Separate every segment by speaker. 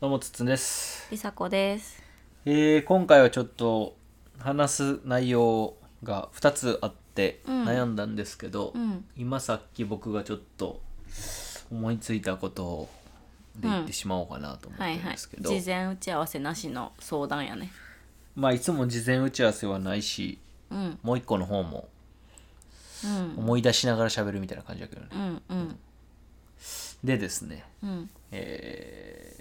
Speaker 1: どうもつっつんです、
Speaker 2: りさこです
Speaker 1: えー今回はちょっと話す内容が2つあって
Speaker 2: うん
Speaker 1: 悩んだんですけど、
Speaker 2: うん
Speaker 1: 今さっき僕がちょっと思いついたことをで言ってしまおうかなと思っ
Speaker 2: は
Speaker 1: て
Speaker 2: い
Speaker 1: るん
Speaker 2: は
Speaker 1: で
Speaker 2: い
Speaker 1: すけど、
Speaker 2: 事前打ち合わせなしの相談やね
Speaker 1: まあいつも事前打ち合わせはないし
Speaker 2: うん
Speaker 1: もう一個の方も
Speaker 2: うん
Speaker 1: 思い出しながら喋るみたいな感じだけどね
Speaker 2: うんうん
Speaker 1: でですね、
Speaker 2: うん
Speaker 1: えー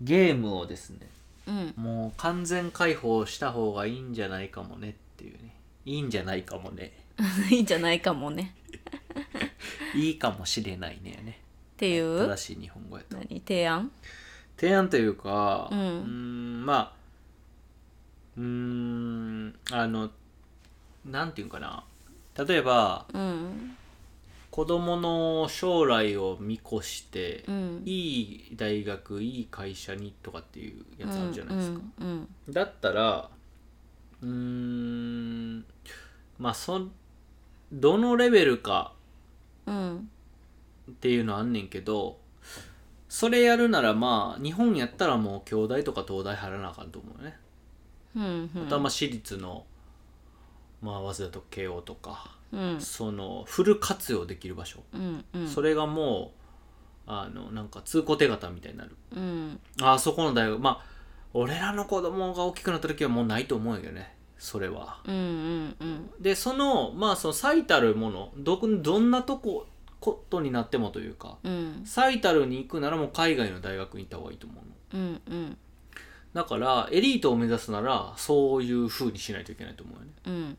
Speaker 1: ゲームをですね
Speaker 2: うん
Speaker 1: もう完全解放した方がいいんじゃないかもねっていうねいいんじゃないかもね
Speaker 2: いいんじゃないかもね
Speaker 1: いいかもしれないねね
Speaker 2: っていう
Speaker 1: 正しい日本語やと
Speaker 2: 何提案
Speaker 1: 提案というか
Speaker 2: うん
Speaker 1: ーんまあうーんあのなんていうんかな例えば
Speaker 2: うん
Speaker 1: 子供の将来を見越して、
Speaker 2: うん
Speaker 1: いい大学いい会社にとかっていうやつあるじゃないですか、
Speaker 2: うんうん
Speaker 1: だったらうーんまあそどのレベルか
Speaker 2: うん
Speaker 1: っていうのあんねんけどそれやるならまあ日本やったらもう京大とか東大入らなあかんと思うね、
Speaker 2: うんうん
Speaker 1: あとはまあ私立のまあ早稲田と慶応とか、
Speaker 2: うん
Speaker 1: そのフル活用できる場所、
Speaker 2: うんうん
Speaker 1: それがもうあのなんか通行手形みたいになる
Speaker 2: うん
Speaker 1: ああそこの大学まあ俺らの子供が大きくなった時はもうないと思うんやけどねそれは
Speaker 2: うんうんうん
Speaker 1: でそのまあその最たるものどこどんなとこことになってもというか
Speaker 2: うん
Speaker 1: 最たるに行くならもう海外の大学に行った方がいいと思うの
Speaker 2: うんうん
Speaker 1: だからエリートを目指すならそういう風にしないといけないと思うよね
Speaker 2: うん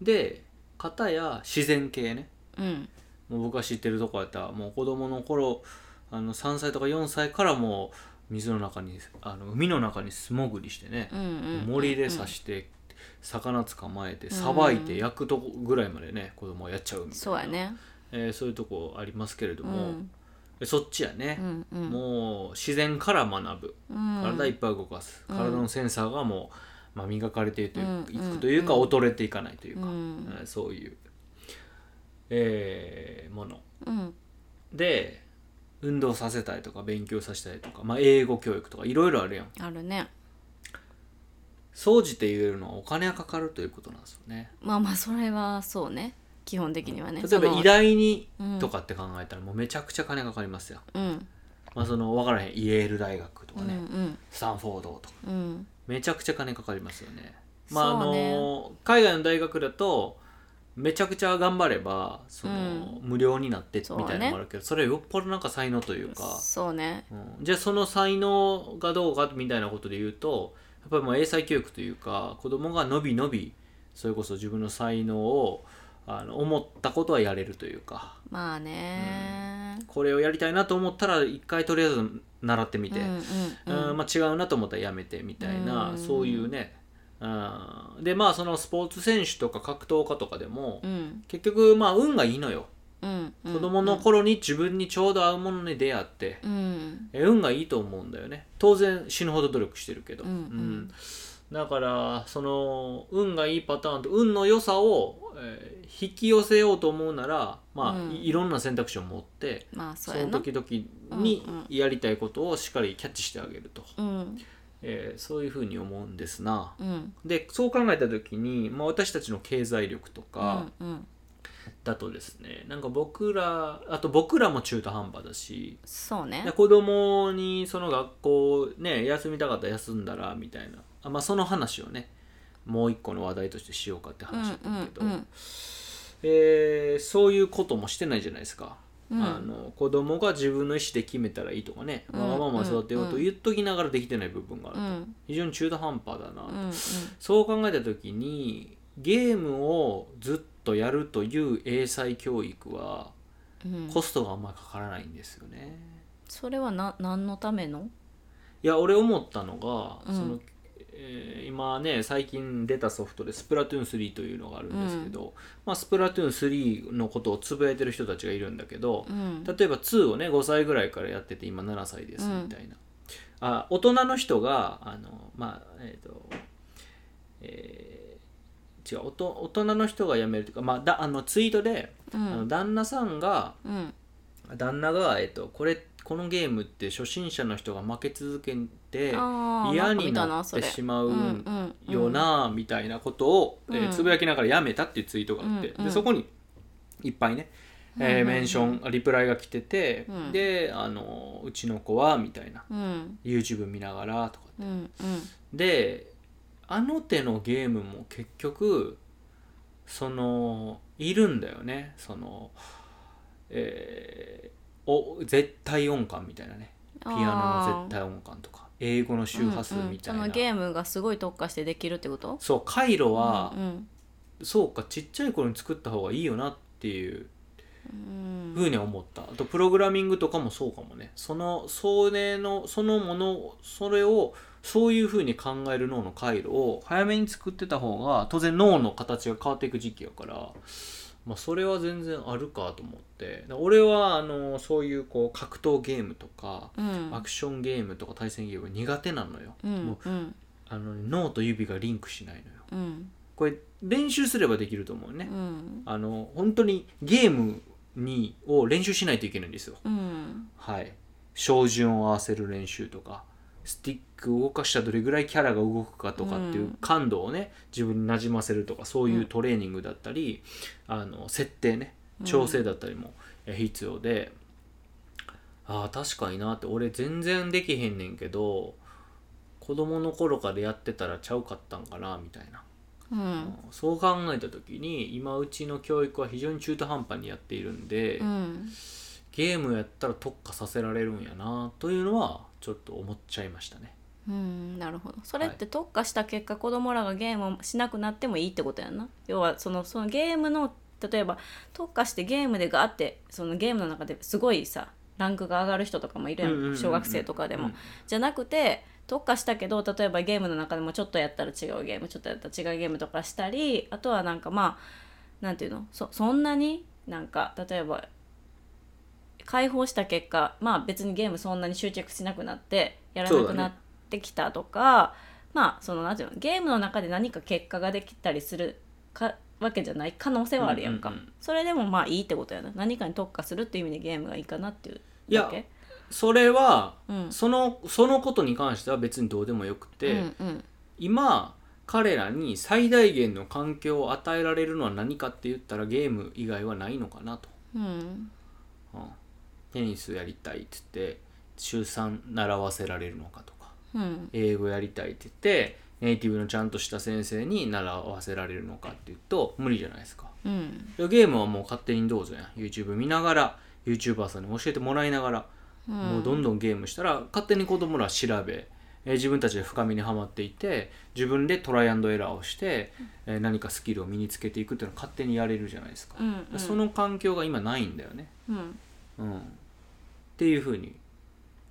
Speaker 1: で片や自然系ね
Speaker 2: うん
Speaker 1: もう僕が知ってるとこやったらもう子供の頃あの3歳とか4歳からもう水の中にあの海の中に素潜りしてね、
Speaker 2: うん
Speaker 1: 森で刺して魚捕まえてさばいて焼くとこぐらいまでね子供はやっちゃうみたいな
Speaker 2: そうやね
Speaker 1: えーそういうとこありますけれど
Speaker 2: う
Speaker 1: も、
Speaker 2: ん
Speaker 1: えそっちやね
Speaker 2: う、んうん
Speaker 1: もう自然から学ぶ
Speaker 2: うん
Speaker 1: 体いっぱい動かす、
Speaker 2: うん
Speaker 1: 体のセンサーがもう、まあ、磨かれていくという,、
Speaker 2: うん
Speaker 1: というか
Speaker 2: うん
Speaker 1: 劣れていかないというか、
Speaker 2: うん
Speaker 1: えーそういう、えーもの
Speaker 2: うん
Speaker 1: で運動させたりとか勉強させたりとか、まあ、英語教育とかいろいろあるやん
Speaker 2: あるね
Speaker 1: 総じて言えるのはお金がかかるということなんですよね
Speaker 2: まあまあそれはそうね基本的には
Speaker 1: 例
Speaker 2: ね
Speaker 1: えば
Speaker 2: その
Speaker 1: 依頼に
Speaker 2: うん
Speaker 1: とかって考えたらもうめちゃくちゃ金かかりますよ、
Speaker 2: うん
Speaker 1: まあ、その分からへんイエール大学と
Speaker 2: う
Speaker 1: か
Speaker 2: ん
Speaker 1: ね、
Speaker 2: うん
Speaker 1: スタンフォードとか
Speaker 2: うん
Speaker 1: めちゃくちゃ金かかりますよね。まああ
Speaker 2: そうね
Speaker 1: の海外の大学だとめちゃくちゃ頑張ればその、無料になってみたいなのもあるけどそ,、れよっぽどなんか才能というか、
Speaker 2: そうね
Speaker 1: うん、じゃあその才能がどうかみたいなことで言うとやっぱりもう英才教育というか子供がのびのびそれこそ自分の才能をあの思ったことはやれるというか
Speaker 2: まあね
Speaker 1: これをやりたいなと思ったら一回とりあえず習ってみて、
Speaker 2: うんうん
Speaker 1: う
Speaker 2: うんん
Speaker 1: まあ、違うなと思ったらやめてみたいな、
Speaker 2: うん
Speaker 1: そういうね、うん、でまあそのスポーツ選手とか格闘家とかでも、
Speaker 2: うん
Speaker 1: 結局まあ運がいいのよ
Speaker 2: うんうん
Speaker 1: 子供の頃に自分にちょうど合うものに出会って、
Speaker 2: うん
Speaker 1: え運がいいと思うんだよね当然死ぬほど努力してるけど、
Speaker 2: うんうん
Speaker 1: だからその運がいいパターンと運の良さを、えー引き寄せようと思うならまあ、
Speaker 2: うん
Speaker 1: いいろんな選択肢を持って
Speaker 2: まあそ
Speaker 1: そう
Speaker 2: や
Speaker 1: の
Speaker 2: な
Speaker 1: 時々に
Speaker 2: うんうん
Speaker 1: やりたいことをしっかりキャッチしてあげると。
Speaker 2: うん
Speaker 1: えーそういうふうに思うんですな。
Speaker 2: うん
Speaker 1: でそう考えた時に、まあ、私たちの経済力とか
Speaker 2: うんうん
Speaker 1: だとですね、なんか僕らあと僕らも中途半端だし
Speaker 2: そうね
Speaker 1: 子供にその学校ね休みたかったら休んだらみたいなあ、まあ、その話をねもう一個の話題としてしようかって
Speaker 2: うん
Speaker 1: 話だったんだけど、
Speaker 2: うんうん
Speaker 1: えーそういうこともしてないじゃないですか。
Speaker 2: うん
Speaker 1: あの子供が自分の意思で決めたらいいとかね、わがまま育てようと言っときながらできてない部分がある
Speaker 2: う
Speaker 1: と、
Speaker 2: ん
Speaker 1: 非常に中途半端だな
Speaker 2: うんうん
Speaker 1: そう考えた時にゲームをずっとやるという英才教育は
Speaker 2: うん
Speaker 1: コストがあんまりかからないんですよね。
Speaker 2: それはな何のための
Speaker 1: いや俺思ったのが、
Speaker 2: うん
Speaker 1: そのえー今ね最近出たソフトで「スプラトゥーン3」というのがあるんですけど、まあ、スプラトゥーン3のことをつぶやいてる人たちがいるんだけど
Speaker 2: うん
Speaker 1: 例えば2をね5歳ぐらいからやってて今7歳です
Speaker 2: うん
Speaker 1: みたいな、あ大人の人があのまあえっ、とえー違うおと大人の人が辞めるというか、まあ、だあのツイートで、
Speaker 2: う
Speaker 1: あの
Speaker 2: ん
Speaker 1: 旦那さんが
Speaker 2: うん
Speaker 1: 旦那が、えっとこれこのゲームって初心者の人が負け続けて
Speaker 2: あー
Speaker 1: 嫌
Speaker 2: んか
Speaker 1: に
Speaker 2: 見た
Speaker 1: なって
Speaker 2: それ
Speaker 1: しまう
Speaker 2: うんうん
Speaker 1: よなみたいなことを、えー
Speaker 2: うん
Speaker 1: つぶやきながらやめたっていうツイートがあって、
Speaker 2: うんうん
Speaker 1: でそこにいっぱいね、えー
Speaker 2: うんうん
Speaker 1: メンションリプライが来てて、
Speaker 2: うん
Speaker 1: であのうちの子はみたいな
Speaker 2: うん
Speaker 1: YouTube 見ながらとか
Speaker 2: うんうん
Speaker 1: であの手のゲームも結局そのいるんだよねそのえーお絶対音感みたいなねピアノの絶
Speaker 2: 対
Speaker 1: 対音感とか英語の周波数みたいな、
Speaker 2: そのゲームがすごい特化してできるってこと
Speaker 1: そう回路は、
Speaker 2: うん
Speaker 1: そうかちっちゃい頃に作った方がいいよなっていう
Speaker 2: うん
Speaker 1: ふうに思ったあとプログラミングとかもそうかもねそのそれのそのものそれをそういうふうに考える脳の回路を早めに作ってた方が当然脳の形が変わっていく時期やから、まあ、それは全然あるかと思ってだから俺はあのそういうこう格闘ゲームとか
Speaker 2: うん
Speaker 1: アクションゲームとか対戦ゲーム苦手なのよ
Speaker 2: うん
Speaker 1: もう
Speaker 2: うん
Speaker 1: あの脳と指がリンクしないのよ
Speaker 2: うん
Speaker 1: これ練習すればできると思うね、
Speaker 2: うん
Speaker 1: あの本当にゲームにを練習しないといけないんですよ
Speaker 2: うん
Speaker 1: はい照準を合わせる練習とかスティックを動かしたらどれぐらいキャラが動くかとかっていううん感度をね自分になじませるとかそういうトレーニングだったり、あの設定ね調整だったりもえ必要で、ああ確かになって俺全然できへんねんけど子供の頃からやってたらちゃうかったんかなみたいな
Speaker 2: うん
Speaker 1: そう考えた時に今うちの教育は非常に中途半端にやっているんで、
Speaker 2: うん
Speaker 1: ゲームやったら特化させられるんやなというのはちょっと思っちゃいましたね
Speaker 2: うんなるほどそれって特化した結果、子供らがゲームをしなくなってもいいってことやな要はそのそのゲームの例えば特化してゲームでガーってそのゲームの中ですごいさランクが上がる人とかもいるや
Speaker 1: うんうんうんうん
Speaker 2: ん小学生とかでも、じゃなくて特化したけど例えばゲームの中でもちょっとやったら違うゲームちょっとやったら違うゲームとかしたりあとはなんかまあなんていうのそそんなになんか例えば解放した結果まあ別にゲームそんなに執着しなくなってやらなくなってきたとか、まあそのなんていうのゲームの中で何か結果ができたりするかわけじゃない可能性はあるやんか、
Speaker 1: うんうんうん
Speaker 2: それでもまあいいってことやな何かに特化するっていう意味でゲームがいいかなっていう
Speaker 1: いや
Speaker 2: だけ
Speaker 1: それは
Speaker 2: うん
Speaker 1: そのそのことに関しては別にどうでもよくて、
Speaker 2: うんうん
Speaker 1: 今彼らに最大限の環境を与えられるのは何かって言ったらゲーム以外はないのかなと
Speaker 2: うん
Speaker 1: うんテニスやりたいっつって週3習わせられるのかとか
Speaker 2: うん
Speaker 1: 英語やりたいって言ってネイティブのちゃんとした先生に習わせられるのかっていうと無理じゃないですか
Speaker 2: うん
Speaker 1: ゲームはもう勝手にどうぞやん YouTube 見ながら YouTuber さんに教えてもらいながら、
Speaker 2: うん
Speaker 1: もうどんどんゲームしたら勝手に子供ら調べえー自分たちで深みにはまっていて自分でトライアンドエラーをして、えー何かスキルを身につけていくっていうのを勝手にやれるじゃないですか、
Speaker 2: うんうん
Speaker 1: その環境が今ないんだよね、
Speaker 2: うん
Speaker 1: うん、っていうふうに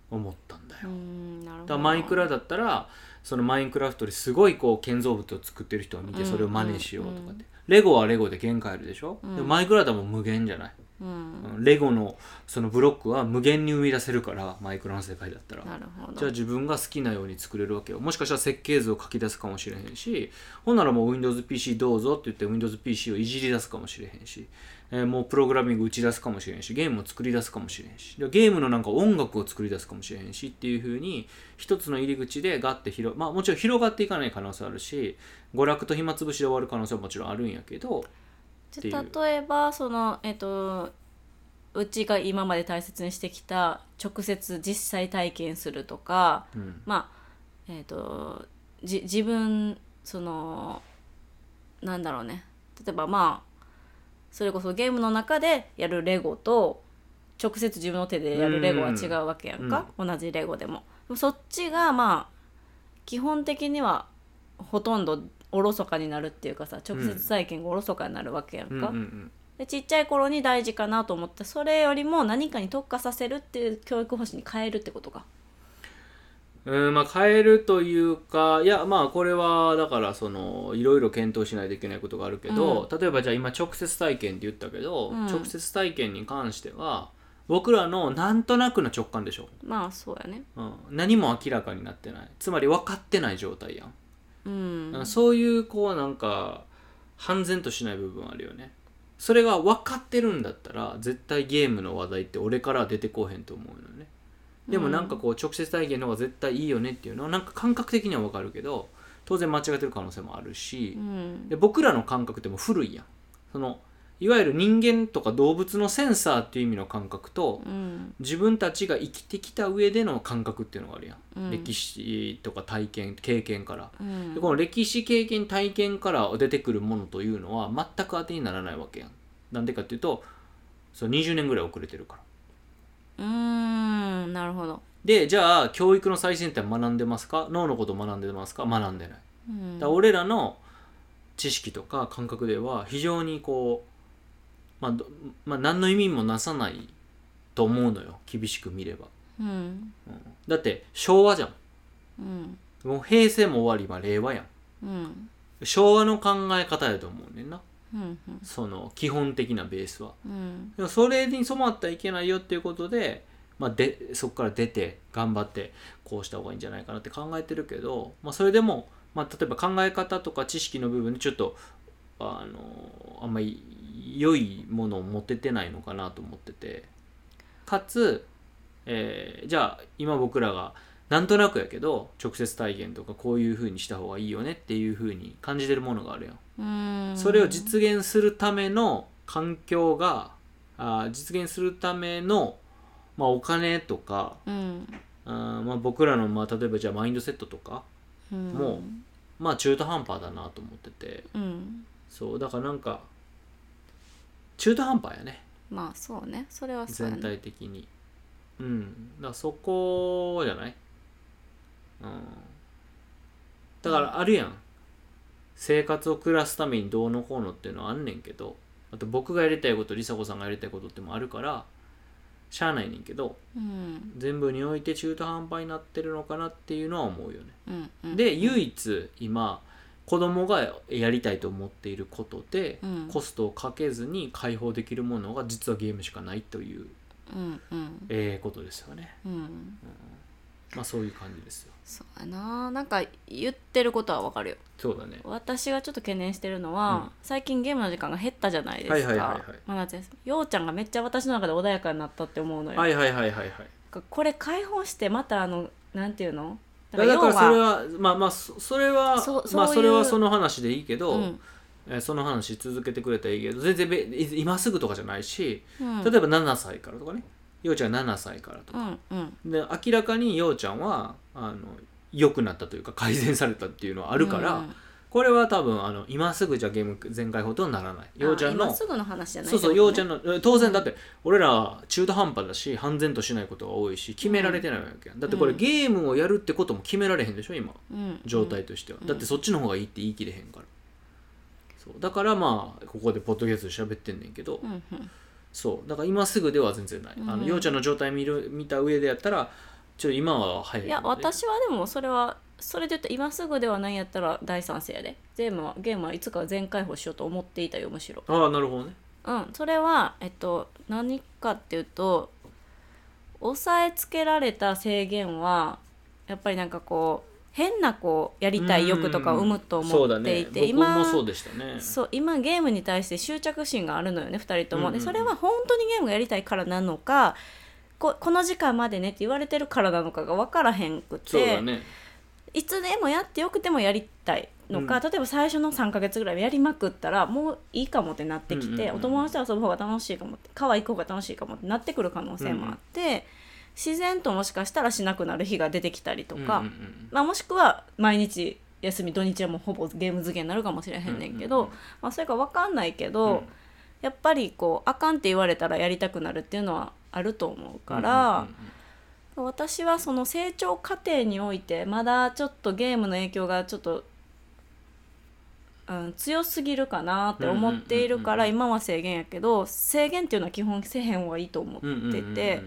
Speaker 1: 思ったんだよ
Speaker 2: うんな
Speaker 1: だ
Speaker 2: るほ
Speaker 1: か
Speaker 2: ど
Speaker 1: らマイクラだったらそのマインクラフトですごいこう建造物を作ってる人を見て
Speaker 2: うん
Speaker 1: それを真似しようとかって、
Speaker 2: うんうん
Speaker 1: レゴはレゴで限界あるでしょ、
Speaker 2: うん
Speaker 1: でもマイクラだも無限じゃない、
Speaker 2: うん
Speaker 1: うんレゴのそのブロックは無限に生み出せるからマイクラの世界だったら
Speaker 2: なるほど
Speaker 1: じゃあ自分が好きなように作れるわけよもしかしたら設計図を書き出すかもしれへんしほんならもう WindowsPC どうぞって言って WindowsPC をいじり出すかもしれへんし、えーもうプログラミング打ち出すかもしれへんしゲームを作り出すかもしれへんしでゲームのなんか音楽を作り出すかもしれへんしっていう風に一つの入り口でガッて広まあもちろん広がっていかない可能性あるし娯楽と暇つぶしで終わる可能性はもちろんあるんやけどってい
Speaker 2: じゃ
Speaker 1: う
Speaker 2: あ例えばそのえっとうちが今まで大切にしてきた直接実際体験するとか
Speaker 1: うん
Speaker 2: まあえっとじ自分そのなんだろうね例えばまあそれこそゲームの中でやるレゴと直接自分の手でやるレゴは違うわけやんか、同じレゴでもでもそっちがまあ基本的にはほとんどおろそかになるっていうかさ直接体験がおろそかになるわけやんか、
Speaker 1: うんうんうん
Speaker 2: でちっちゃい頃に大事かなと思ってそれよりも何かに特化させるっていう教育方針に変えるってことか
Speaker 1: うんまあ、変えるというかいやまあこれはだからそのいろいろ検討しないといけないことがあるけど、例えばじゃあ今直接体験って言ったけど、
Speaker 2: うん
Speaker 1: 直接体験に関しては僕らのなんとなくの直感でしょ、
Speaker 2: まあそうやね
Speaker 1: うん、何も明らかになってないつまり分かってない状態やん、
Speaker 2: うん
Speaker 1: うんそういうこうなんか半然としない部分あるよねそれが分かってるんだったら絶対ゲームの話題って俺からは出てこうへんと思うのよねでもなんかこう直接体験の方が絶対いいよねっていうのはなんか感覚的にはわかるけど当然間違ってる可能性もあるし、
Speaker 2: うん
Speaker 1: で僕らの感覚ってもう古いやんそのいわゆる人間とか動物のセンサーっていう意味の感覚と
Speaker 2: うん
Speaker 1: 自分たちが生きてきた上での感覚っていうのがあるやん、
Speaker 2: うん
Speaker 1: 歴史とか体験経験から
Speaker 2: うん
Speaker 1: でこの歴史経験体験から出てくるものというのは全く当てにならないわけやんなんでかっていうとそう20年ぐらい遅れてるから
Speaker 2: うーんなるほど、
Speaker 1: でじゃあ教育の最先端学んでますか脳のこと学んでますか学んでない
Speaker 2: うん、
Speaker 1: だから俺らの知識とか感覚では非常にこう、まあどまあ、何の意味もなさないと思うのよ厳しく見れば、
Speaker 2: うん
Speaker 1: うんだって昭和じゃん
Speaker 2: うん
Speaker 1: もう平成も終わり今令和やん
Speaker 2: うん
Speaker 1: 昭和の考え方やと思うねんな
Speaker 2: うん
Speaker 1: その基本的なベースは
Speaker 2: うん
Speaker 1: でもそれに染まったらいけないよっていうことで,、まあ、でそこから出て頑張ってこうした方がいいんじゃないかなって考えてるけど、まあ、それでも、まあ、例えば考え方とか知識の部分でちょっとあのあんまり良いものを持っててないのかなと思っててかつ、えーじゃあ今僕らがなんとなくやけど直接体験とかこういう風にした方がいいよねっていう風に感じてるものがあるやん。
Speaker 2: うん
Speaker 1: それを実現するための環境があー実現するための、まあ、お金とか
Speaker 2: うん
Speaker 1: あーまあ、僕らの、まあ、例えばじゃあマインドセットとか、
Speaker 2: うん
Speaker 1: もまあ、中途半端だなと思ってて
Speaker 2: うん
Speaker 1: そうだからなんか中途半端やね
Speaker 2: まあそうねそれはそうや
Speaker 1: 全
Speaker 2: ね
Speaker 1: 体的にうんだからそこじゃないうんだからあるやん生活を暮らすためにどうのこうのっていうのはあんねんけどあと僕がやりたいことりさこさんがやりたいことってもあるからしゃあないねんけど
Speaker 2: うん
Speaker 1: 全部において中途半端になってるのかなっていうのは思うよね
Speaker 2: うんうん
Speaker 1: で唯一今子供がやりたいと思っていることで、
Speaker 2: うん
Speaker 1: コストをかけずに解放できるものが実はゲームしかないという、
Speaker 2: うんうん
Speaker 1: えーことですよね
Speaker 2: うん
Speaker 1: まあそういう感じですよ
Speaker 2: そうやななんか言ってることはわかるよ
Speaker 1: そうだね
Speaker 2: 私がちょっと懸念してるのは、
Speaker 1: うん
Speaker 2: 最近ゲームの時間が減ったじゃないですか、
Speaker 1: はいはいはいはい
Speaker 2: まあ夏休みようちゃんがめっちゃ私の中で穏やかになったって思うのよ、
Speaker 1: はいはいはいはいはい
Speaker 2: これ解放してまたあのなんていうの
Speaker 1: だからだから
Speaker 2: 要
Speaker 1: それ
Speaker 2: は
Speaker 1: はまあまあそそれは
Speaker 2: そ
Speaker 1: まあ
Speaker 2: そういう
Speaker 1: それはその話でいいけど、
Speaker 2: うん
Speaker 1: えーその話続けてくれたらいいけど全然べい今すぐとかじゃないし
Speaker 2: うん
Speaker 1: 例えば7歳からとかねようちゃん7歳からとか、
Speaker 2: うんうん
Speaker 1: で明らかにようちゃんはあの良くなったというか改善されたっていうのはあるから、
Speaker 2: うん
Speaker 1: これは多分あの今すぐじゃゲーム全開ほどならないようちゃん
Speaker 2: あ
Speaker 1: の
Speaker 2: 今すぐの話じゃない
Speaker 1: そうそう、ようちゃ
Speaker 2: ん
Speaker 1: んの、え当然だって、俺ら中途半端だし、半然としないことが多いし、決められてないわけやん。だってこれ、
Speaker 2: うん
Speaker 1: ゲームをやるってことも決められへんでしょ、今、
Speaker 2: うん
Speaker 1: 状態としては。だってそっちの方がいいって言い切れへんから。そうだからまあ、ここでポッドキャストで喋ってんねんけど、
Speaker 2: うんうん
Speaker 1: そう、だから今すぐでは全然ない。あ
Speaker 2: うん
Speaker 1: のようちゃんの状態見る見た上でやったら、ちょっと今は早い
Speaker 2: い
Speaker 1: ので。
Speaker 2: や私はでもそれはそれで言ったら今すぐではないんやったら大賛成やでゲームはゲームはいつかは全開放しようと思っていたよむしろ
Speaker 1: ああ、なるほどね。
Speaker 2: うんそれはえっと何かっていうと抑えつけられた制限はやっぱりなんかこう変なこうやりたい欲とかを生むと
Speaker 1: そ
Speaker 2: 思
Speaker 1: うだ
Speaker 2: って
Speaker 1: ね
Speaker 2: いて、
Speaker 1: 僕もそうでしたね。
Speaker 2: そう今ゲームに対して執着心があるのよね2人とも、
Speaker 1: うんうんうん
Speaker 2: でそれは本当にゲームがやりたいからなのかここの時間までねって言われてるからなのかが分からへんくて
Speaker 1: そうだね。
Speaker 2: いつでもやってよくてもやりたいのか、
Speaker 1: うん
Speaker 2: 例えば最初の3ヶ月ぐらいやりまくったらもういいかもってなってきて、
Speaker 1: うんうんうん
Speaker 2: お友達と遊ぶ方が楽しいかもって川行く方が楽しいかもってなってくる可能性もあって、自然ともしかしたらしなくなる日が出てきたりとか、
Speaker 1: うんうんうん
Speaker 2: まあ、もしくは毎日休み土日はもうほぼゲーム漬けになるかもしれへんねんけど、
Speaker 1: うんうんうん
Speaker 2: まあ、それか分かんないけど、
Speaker 1: うん
Speaker 2: やっぱりこうあかんって言われたらやりたくなるっていうのはあると思うから、
Speaker 1: うんうんうんうん
Speaker 2: 私はその成長過程においてまだちょっとゲームの影響がちょっと、うん、強すぎるかなって思っているから、
Speaker 1: うんう
Speaker 2: 今は制限やけど制限っていうのは基本せへん方がいいと思ってて、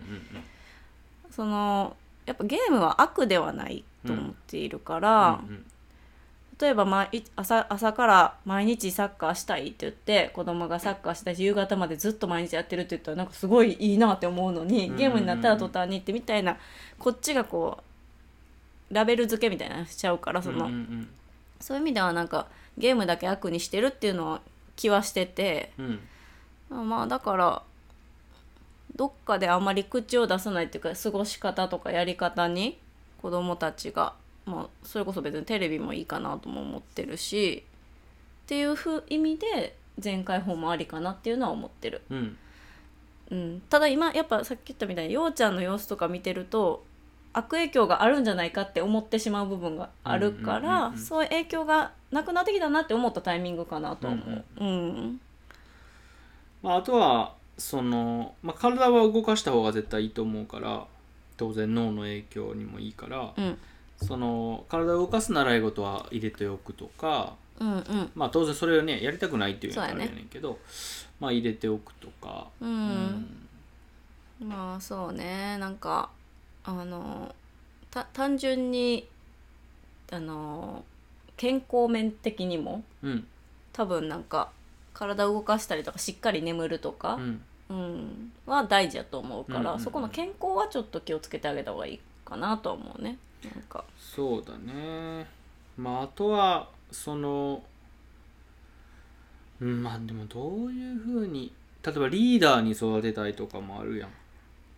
Speaker 2: そのやっぱゲームは悪ではないと思っているから。例えば、まあ、い朝朝から毎日サッカーしたいって言って子供がサッカーしたいし夕方までずっと毎日やってるって言ったらなんかすごいいいなって思うのに
Speaker 1: うん
Speaker 2: ゲームになったら途端にってみたいなこっちがこうラベル付けみたいなのしちゃうからその、そういう意味ではなんかゲームだけ悪にしてるっていうのは気はしててまあだからどっかであんまり口を出さないっていうか過ごし方とかやり方に子供たちが、まあ、それこそ別にテレビもいいかなとも思ってるしっていうふう意味で全開放もありかなっていうのは思ってる。
Speaker 1: うん
Speaker 2: うん、ただ今やっぱさっき言ったみたいにようちゃんの様子とか見てると悪影響があるんじゃないかって思ってしまう部分があるか
Speaker 1: うんうんうん
Speaker 2: ら
Speaker 1: うん
Speaker 2: そういう影響がなくなってきたなって思ったタイミングかなと思う。うん
Speaker 1: まあ、あとはその、まあ、体は動かした方が絶対いいと思うから当然脳の影響にもいいから、
Speaker 2: うん
Speaker 1: その体を動かす習い事は入れておくとか
Speaker 2: うんうん
Speaker 1: まあ当然それをねやりたくないっていうのはあ
Speaker 2: そう
Speaker 1: れ
Speaker 2: やね
Speaker 1: やねんけど、まあ入れておくとか、
Speaker 2: う、
Speaker 1: うん
Speaker 2: まあそうねなんかあのた単純にあの健康面的にも
Speaker 1: うん
Speaker 2: 多分なんか体を動かしたりとかしっかり眠るとか
Speaker 1: う、ん
Speaker 2: うん、は大事だと思うから、
Speaker 1: うんうんうん
Speaker 2: そこの健康はちょっと気をつけてあげた方がいいかなとは思うねなんか
Speaker 1: そうだねまああとはそのうんまあでもどういうふうに例えばリーダーに育てたいとかもあるやん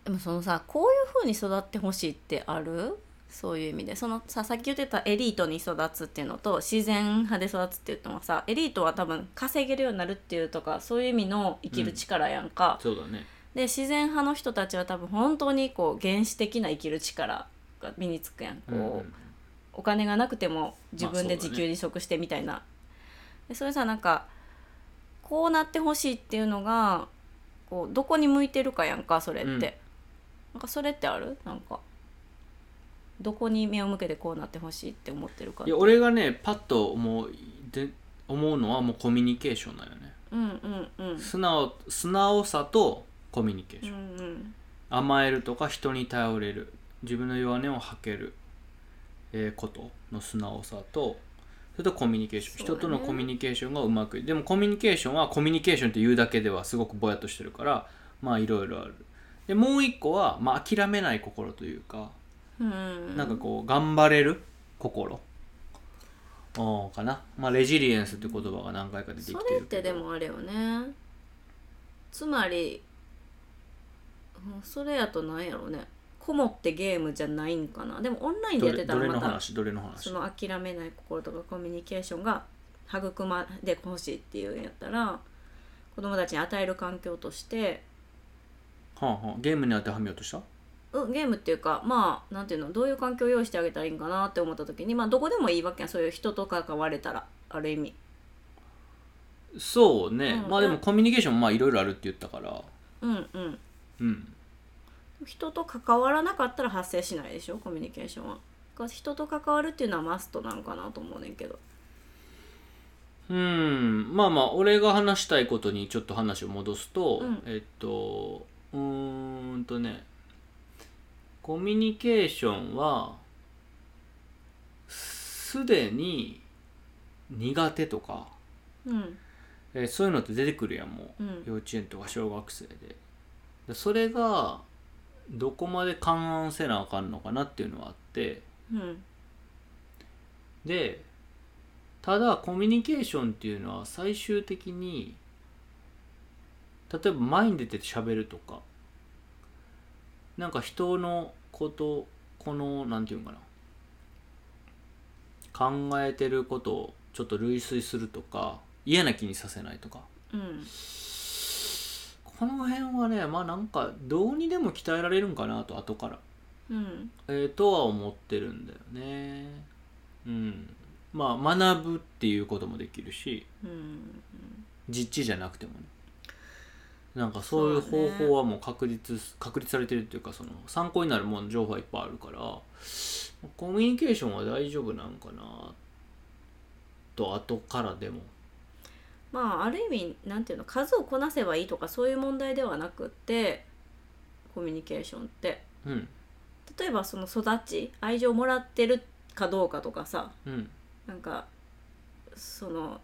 Speaker 2: でもそのさこういう風に育ってほしいってあるそういう意味でそのささっき言ってたエリートに育つっていうのと自然派で育つっていうのはさエリートは多分稼げるようになるっていうとかそういう意味の生きる力やんか、
Speaker 1: そうだね
Speaker 2: で自然派の人たちは多分本当にこう原始的な生きる力が身につくやんこう、
Speaker 1: ん
Speaker 2: お金がなくても自分
Speaker 1: まあそう
Speaker 2: で
Speaker 1: だね
Speaker 2: 自給自足してみたいな、でそれさなんかこうなってほしいっていうのがこうどこに向いてるかやんかそれって、
Speaker 1: うん
Speaker 2: なんかそれってあるなんかどこに目を向けてこうなってほしいって思ってるか
Speaker 1: いや俺がねパッと思うで思うのはもうコミュニケーションだよね
Speaker 2: うんうんうん
Speaker 1: 素直素直さとコミュニケーシ
Speaker 2: う
Speaker 1: ョン、
Speaker 2: んうん
Speaker 1: 甘えるとか人に頼れる自分の弱音を吐ける、えーことの素直さとそれとコミュニケーション、
Speaker 2: そうだ
Speaker 1: 人
Speaker 2: ね
Speaker 1: とのコミュニケーションがうまくいでもコミュニケーションはコミュニケーションって言うだけではすごくぼやっとしてるからまあいろいろあるでもう一個は、まあ、諦めない心というか
Speaker 2: うん
Speaker 1: なんかこう頑張れる心おーかな、まあ、レジリエンスって言葉が何回か出てきて
Speaker 2: そ
Speaker 1: る
Speaker 2: れっ
Speaker 1: け
Speaker 2: て
Speaker 1: ど
Speaker 2: でもあれよねつまりうんそれやとなんやろうねこもってゲームじゃないんかなでもオンラインで
Speaker 1: ど
Speaker 2: やって
Speaker 1: れ
Speaker 2: た
Speaker 1: ど
Speaker 2: ら
Speaker 1: れ
Speaker 2: ま
Speaker 1: の
Speaker 2: た
Speaker 1: 話どれの話
Speaker 2: その諦めない心とかコミュニケーションが育まれてほしいっていうんやったら子供たちに与える環境として、
Speaker 1: はあはあ、ゲームに当てはめようとした
Speaker 2: うん、ゲームっていうかまあなんていうのどういう環境を用意してあげたらいいんかなって思った時にまあどこでもいいわけやんそういう人とかがわれたらある意味
Speaker 1: そうね、
Speaker 2: うん
Speaker 1: まあでもコミュニケーションもまあいろいろあるって言ったから
Speaker 2: うんうん
Speaker 1: うん
Speaker 2: 人と関わらなかったら発生しないでしょコミュニケーションは。だから人と関わるっていうのはマストなんかなと思うねんけど。
Speaker 1: うんまあまあ俺が話したいことにちょっと話を戻すと、
Speaker 2: うん
Speaker 1: えっとうーんとねコミュニケーションはすでに苦手とか、
Speaker 2: うん
Speaker 1: えーそういうのって出てくるやんもう
Speaker 2: うん
Speaker 1: 幼稚園とか小学生ででそれがどこまで勘案せなあかんのかなっていうのはあって
Speaker 2: うん
Speaker 1: でただコミュニケーションっていうのは最終的に例えば前に出て喋るとかなんか人のことこのなんていうんかな考えてることをちょっと類推するとか嫌な気にさせないとか
Speaker 2: うん
Speaker 1: この辺はねまあなんかどうにでも鍛えられるんかなと後から、
Speaker 2: うん
Speaker 1: えーとは思ってるんだよねうんまあ学ぶっていうこともできるし
Speaker 2: うん
Speaker 1: 実地じゃなくてもねなんかそういう
Speaker 2: そう
Speaker 1: 方
Speaker 2: だね
Speaker 1: 法はもう確立す確立されてるっていうかその参考になるもん情報はいっぱいあるからコミュニケーションは大丈夫なんかなと後からでも
Speaker 2: まあある意味なんていうの数をこなせばいいとかそういう問題ではなくってコミュニケーションって
Speaker 1: うん
Speaker 2: 例えばその育ち愛情をもらってるかどうかとかさ
Speaker 1: うん
Speaker 2: なんかその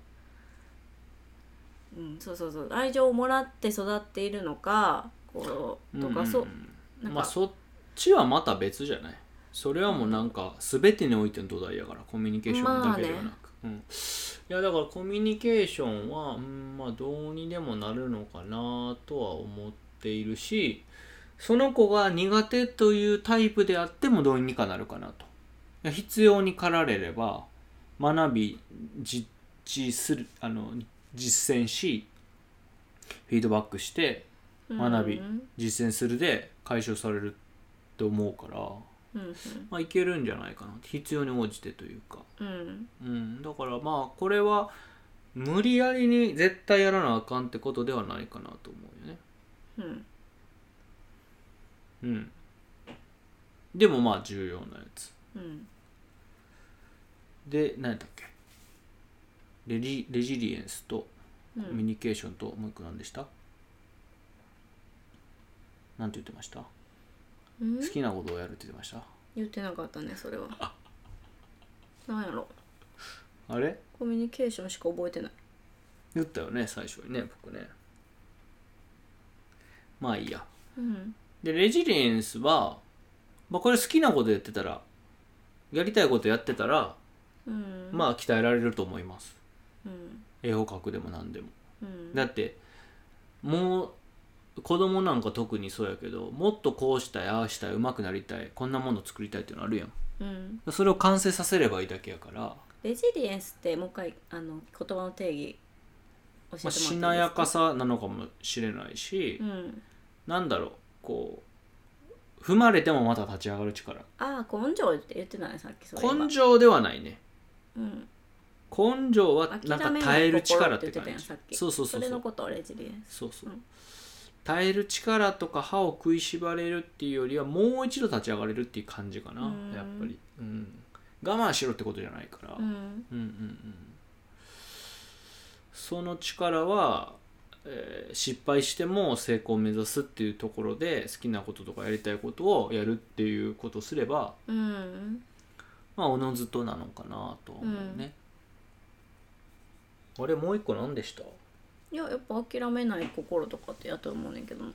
Speaker 2: うんそうそうそう愛情をもらって育っているのかこうとか、
Speaker 1: うん
Speaker 2: そうなんか、
Speaker 1: まあそっちはまた別じゃないそれはもうなんか全てにおいての土台やからコミュニケーションだけではなく、うん、いやだからコミュニケーションは、うん、まあどうにでもなるのかなとは思っっているしその子が苦手というタイプであってもどうにかなるかなといや必要に駆られれば学び実地するあの実践しフィードバックして学び
Speaker 2: うん
Speaker 1: 実践するで解消されると思うから、
Speaker 2: うん
Speaker 1: まあ、いけるんじゃないかな必要に応じてというか、
Speaker 2: うん
Speaker 1: うん、だからまあこれは無理やりに絶対やらなあかんってことではないかなと思うよね
Speaker 2: うん
Speaker 1: うんでもまあ重要なやつ
Speaker 2: うん
Speaker 1: で何やったっけレジレジリエンスと
Speaker 2: う
Speaker 1: コミュ
Speaker 2: ん
Speaker 1: ニケーションともう一個何でした、なんて言ってました
Speaker 2: うん
Speaker 1: 好きなことをやるって言ってました
Speaker 2: 言ってなかったねそれはなんやろ
Speaker 1: あれ
Speaker 2: コミュニケーションしか覚えてない
Speaker 1: 言ったよね最初にね僕ねまあいいや
Speaker 2: うん
Speaker 1: でレジリエンスは、まあ、これ好きなことやってたらやりたいことやってたら
Speaker 2: うん
Speaker 1: まあ鍛えられると思います
Speaker 2: うん
Speaker 1: 絵を描くでも何でも
Speaker 2: うん
Speaker 1: だってもう子供なんか特にそうやけどもっとこうしたいああしたいうまくなりたいこんなもの作りたいっていうのあるやん
Speaker 2: うん
Speaker 1: それを完成させればいいだけやから、ま
Speaker 2: レジリエンスってもう一回あの言葉の定義教えてもらっていい
Speaker 1: あ、
Speaker 2: ですか
Speaker 1: しなやかさなのかもしれないし、
Speaker 2: うん
Speaker 1: なんだろうこう踏まれてもまた立ち上がる力
Speaker 2: ああ根性って言ってないさっきそれは
Speaker 1: 根性ではないね
Speaker 2: うん
Speaker 1: 根性は
Speaker 2: 諦め
Speaker 1: なんか
Speaker 2: ない
Speaker 1: 耐える力って
Speaker 2: 心って
Speaker 1: 感
Speaker 2: 言ってたやん
Speaker 1: じ
Speaker 2: さっき
Speaker 1: そうそうそ
Speaker 2: そう
Speaker 1: そ
Speaker 2: れ
Speaker 1: う
Speaker 2: のことをレジリエンス
Speaker 1: そうそう、
Speaker 2: うん
Speaker 1: 耐える力とか歯を食いしばれるっていうよりはもう一度立ち上がれるっていう感じかな
Speaker 2: うん
Speaker 1: やっぱり、うん、我慢しろってことじゃないから、
Speaker 2: う
Speaker 1: うん
Speaker 2: ん
Speaker 1: うんうんその力は、えー失敗しても成功を目指すっていうところで好きなこととかやりたいことをやるっていうことをすれば
Speaker 2: うん
Speaker 1: まあおのずとなのかなとは思うね、あれもう一個何でした
Speaker 2: いややっぱ諦めない心とかってやと思うねんけど
Speaker 1: も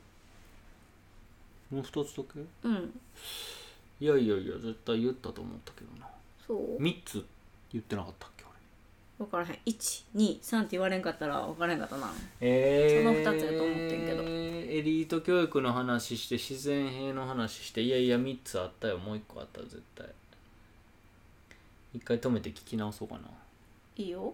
Speaker 1: う二つだけ
Speaker 2: うん
Speaker 1: いやいやいや絶対言ったと思ったけどな
Speaker 2: そう
Speaker 1: 3つ言ってなかったっけ俺
Speaker 2: 分からへん123って言われんかったら分からへんかったな
Speaker 1: え
Speaker 2: ーその二つやと思ってんけど
Speaker 1: エリート教育の話して自然兵の話していやいや3つあったよもう1個あった絶対一回止めて聞き直そうかない
Speaker 2: いよ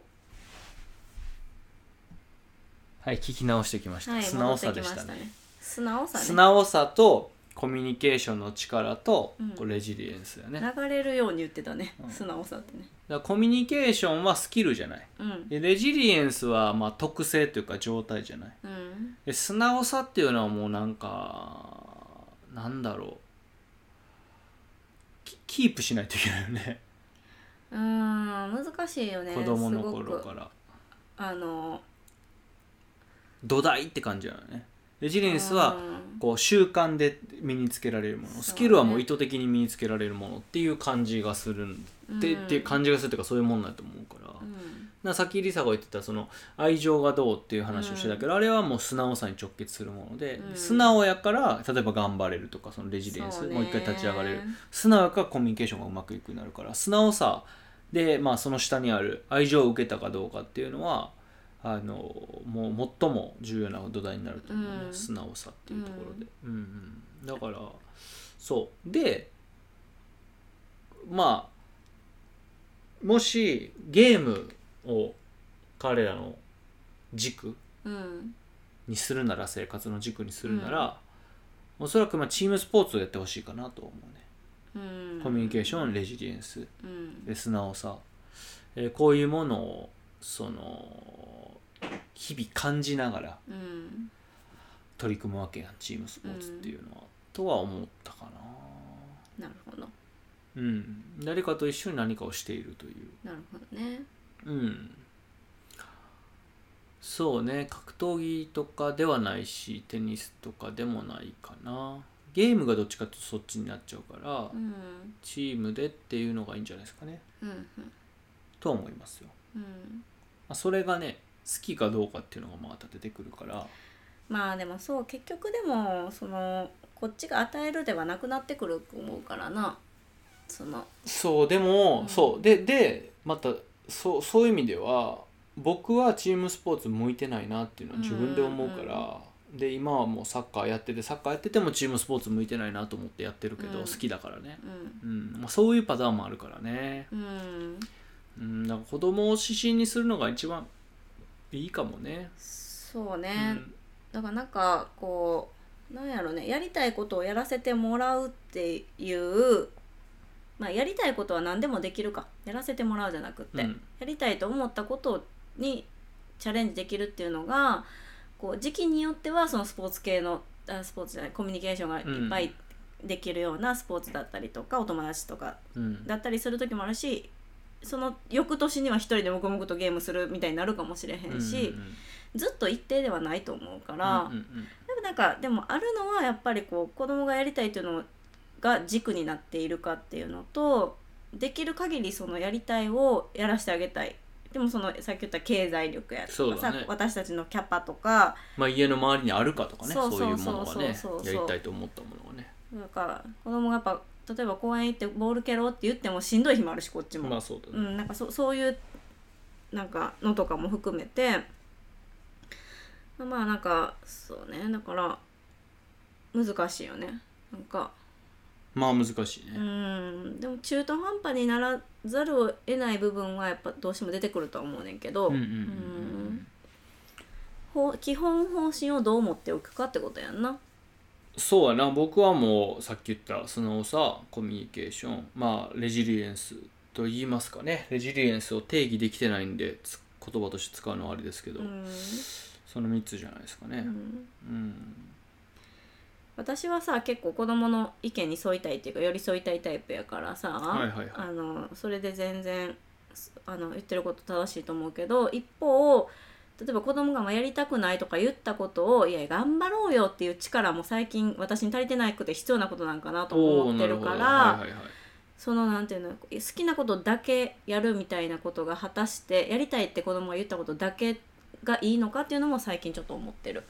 Speaker 1: はい聞き直してきました、
Speaker 2: はい
Speaker 1: 素直さで
Speaker 2: 戻って
Speaker 1: し
Speaker 2: きま
Speaker 1: た
Speaker 2: し
Speaker 1: ね
Speaker 2: たね素直さね
Speaker 1: 素直さとコミュニケーションの力と
Speaker 2: うん
Speaker 1: こうレジリエンスだよね、だか
Speaker 2: 流れるように言ってたね、
Speaker 1: うん
Speaker 2: 素直さってね
Speaker 1: らコミュニケーションはスキルじゃない
Speaker 2: うん
Speaker 1: でレジリエンスはまあ特性というか状態じゃない
Speaker 2: うん
Speaker 1: で素直さっていうのはもうなんかなんだろうキキープしないといけないよね
Speaker 2: うーん難しいよね
Speaker 1: 子供の
Speaker 2: す
Speaker 1: 頃
Speaker 2: ご
Speaker 1: か
Speaker 2: く
Speaker 1: ら
Speaker 2: あの
Speaker 1: 土台って感じだよねレジリエンス
Speaker 2: う
Speaker 1: は
Speaker 2: ん
Speaker 1: こう習慣で身につけられるもの
Speaker 2: そうね
Speaker 1: スキルはもう意図的に身につけられるものっていう感じがするんで、
Speaker 2: うん
Speaker 1: っていう感じがするというかそういうもんだと思うから,、
Speaker 2: うん
Speaker 1: さっきリサが言ってたその愛情がどうっていう話をしてたけど、あれはもう素直さに直結するもので、
Speaker 2: うん
Speaker 1: 素直やから例えば頑張れるとかそのレジリエンス、
Speaker 2: そね
Speaker 1: もう一回立ち上がれる素直かコミュニケーションがうまくいくようになるから素直さで、まあ、その下にある愛情を受けたかどうかっていうのはあのもう最も重要な土台になると思うね、
Speaker 2: うん
Speaker 1: 素直さっていうところで、うんうんだからそうでまあもしゲームを彼らの軸
Speaker 2: うん
Speaker 1: にするなら生活の軸にするなら、おそらくまあチームスポーツをやってほしいかなと思うね
Speaker 2: うん
Speaker 1: コミュニケーションレジリエンス
Speaker 2: うん
Speaker 1: で素直さ、えーこういうものをその日々感じながら
Speaker 2: うん
Speaker 1: 取り組むわけやんチームスポーツっていうのは、とは思ったか
Speaker 2: なるほど
Speaker 1: なうん誰かと一緒に何かをしているという
Speaker 2: なるほどね
Speaker 1: うんそうね格闘技とかではないしテニスとかでもないかなゲームがどっちかとそっちになっちゃうから、
Speaker 2: うん
Speaker 1: チームでっていうのがいいんじゃないですかね
Speaker 2: うん
Speaker 1: とは思いますよ
Speaker 2: うんうん
Speaker 1: まあそれがね好きかどうかっていうのがまた出てくるから
Speaker 2: まあでもそう結局でもそのこっちが与えるではなくなってくると思うからなその
Speaker 1: そうでも、
Speaker 2: うん
Speaker 1: そうででまたそうそういう意味では僕はチームスポーツ向いてないなっていうのは自分で思うから、で今はもうサッカーやっててサッカーやっててもチームスポーツ向いてないなと思ってやってるけど、
Speaker 2: うん
Speaker 1: 好きだからね、
Speaker 2: うん
Speaker 1: うんまあ、そういうパターンもあるからね、
Speaker 2: うん
Speaker 1: うん、だから子供を指針にするのが一番いいかもね、
Speaker 2: そう
Speaker 1: う
Speaker 2: ね、
Speaker 1: ん、
Speaker 2: だからなんかこうなんやろねやりたいことをやらせてもらうっていう、まあ、やりたいことは何でもできるかやらせてもらうじゃなくって、
Speaker 1: うん
Speaker 2: やりたいと思ったことにチャレンジできるっていうのがこう時期によってはそのスポーツ系のあスポーツじゃないコミュニケーションがいっぱいできるようなスポーツだったりとか、お友達とか
Speaker 1: うん
Speaker 2: だったりする時もあるしその翌年には一人でもこもことゲームするみたいになるかもしれへんし。
Speaker 1: うんうんうん
Speaker 2: ずっと一定ではないと思うから、
Speaker 1: うんうん
Speaker 2: でもなんかでもあるのはやっぱりこう子供がやりたいというのが軸になっているかっていうのとできる限りそのやりたいをやらせてあげたいでもそのさっき言った経済力や
Speaker 1: そ
Speaker 2: と
Speaker 1: う
Speaker 2: か
Speaker 1: だ
Speaker 2: さ、
Speaker 1: ね
Speaker 2: 私たちのキャパとか
Speaker 1: まあ、家の周りにあるかとかね
Speaker 2: そう
Speaker 1: そうい
Speaker 2: そうう
Speaker 1: ものがね
Speaker 2: そうそうそう
Speaker 1: やりたいと思ったものがね
Speaker 2: なんか子供がやっぱ例えば公園行ってボール蹴ろうって言ってもしんどい日もあるしこっちも、
Speaker 1: まあそうだ
Speaker 2: う
Speaker 1: ね、
Speaker 2: ん、なんかそそういうなんかのとかも含めてまあなんかそうねだから難しいよねなんか
Speaker 1: まあ難しいね、
Speaker 2: うんでも中途半端にならざるを得ない部分はやっぱどうしても出てくるとは思うねんけど、
Speaker 1: うんうんうん
Speaker 2: うんほう基本方針をどう持っておくかってことやんな。
Speaker 1: そうやな僕はもうさっき言ったそのさコミュニケーションまあレジリエンスと言いますかねレジリエンスを定義できてないんでつ言葉として使うのはあれですけど、
Speaker 2: うん
Speaker 1: その3つじゃないですか
Speaker 2: う
Speaker 1: ね
Speaker 2: ん
Speaker 1: うん
Speaker 2: 私はさ結構子供の意見に沿いたいっていうか寄り添いたいタイプやからさ、
Speaker 1: はいはいはい
Speaker 2: あのそれで全然すあの言ってること正しいと思うけど一方例えば子供がまあやりたくないとか言ったことをいや頑張ろうよっていう力も最近私に足りてなくて必要なことなんかなとも
Speaker 1: お
Speaker 2: 思
Speaker 1: ー
Speaker 2: ってるから
Speaker 1: なるほどはいはいはい
Speaker 2: そのなんていうの好きなことだけやるみたいなことが果たしてやりたいって子供が言ったことだけがいいのかっていうのも最近ちょっと思ってる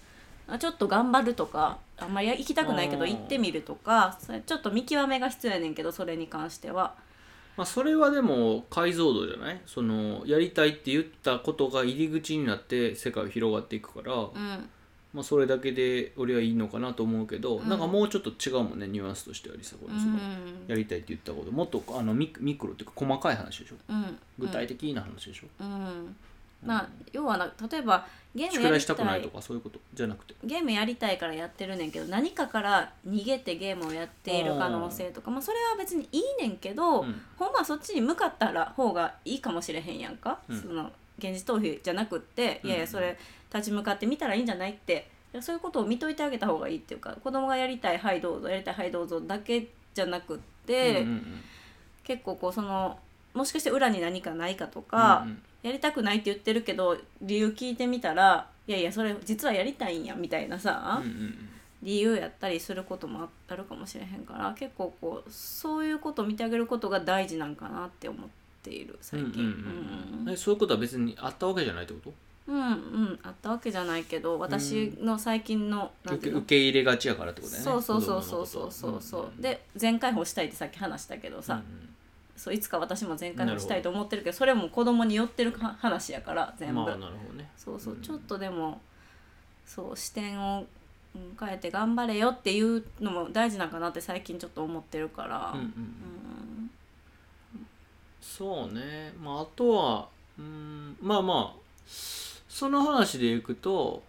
Speaker 2: あちょっと頑張るとかあんまり行きたくないけど
Speaker 1: あー
Speaker 2: 行ってみるとかそれちょっと見極めが必要やねんけどそれに関しては
Speaker 1: まあ、それはでも解像度じゃないそのやりたいって言ったことが入り口になって世界は広がっていくから、
Speaker 2: うん
Speaker 1: まあ、それだけで俺はいいのかなと思うけど、
Speaker 2: うん
Speaker 1: なんかもうちょっと違うもんねニュアンスとしてありさこれ
Speaker 2: う
Speaker 1: その
Speaker 2: ん
Speaker 1: やりたいって言ったこともっとあのミクミクロっていうか細かい話でしょ
Speaker 2: うん
Speaker 1: 具体的な話でしょ、
Speaker 2: うんまあ要はな例えばゲーム
Speaker 1: 宿
Speaker 2: や
Speaker 1: 題
Speaker 2: り
Speaker 1: したく
Speaker 2: た
Speaker 1: ない
Speaker 2: い
Speaker 1: とかそういうことじゃなくて
Speaker 2: ゲームやりたいからやってるねんけど何かから逃げてゲームをやっている可能性とかまあそれは別にいいねんけど、
Speaker 1: うん
Speaker 2: ほんまはそっちに向かったら方がいいかもしれへんやんか、
Speaker 1: うん
Speaker 2: その現実逃避じゃなくって、
Speaker 1: うん
Speaker 2: いやいやそれ立ち向かってみたらいいんじゃないっていやそういうことを見といてあげた方がいいっていうか子供がやりたいはいどうぞやりたいはいどうぞだけじゃなくって、
Speaker 1: うんうんうん
Speaker 2: 結構こうそのもしかして裏に何かないかとか、
Speaker 1: うんうん
Speaker 2: やりたくないって言ってるけど理由聞いてみたらいやいやそれ実はやりたいんやみたいなさ、
Speaker 1: うんうん
Speaker 2: 理由やったりすることもあるかもしれへんから結構こうそういうことを見てあげることが大事なんかなって思っている
Speaker 1: うん
Speaker 2: 最
Speaker 1: う
Speaker 2: 近。
Speaker 1: んうんえそういうことは別にあったわけじゃないってこと
Speaker 2: うんうん、あったわけじゃないけど私の最近の、な
Speaker 1: 受
Speaker 2: んてい
Speaker 1: け
Speaker 2: うの
Speaker 1: 受け入れがちやからってことだよね
Speaker 2: そうそうそうそうそうそうそう、で全開放したいってさっき話したけどさ、そういつか私も全開放したいと思ってるけどそれも子供に寄ってるは話やから
Speaker 1: 全
Speaker 2: 全部、
Speaker 1: 部まあなるほどね
Speaker 2: そうそう、
Speaker 1: うん
Speaker 2: ちょっとでもそう視点をうん変えて頑張れよっていうのも大事なんかなって最近ちょっと思ってるから、
Speaker 1: うんうん
Speaker 2: うん
Speaker 1: そうねまああとはうんまあまあその話でいくと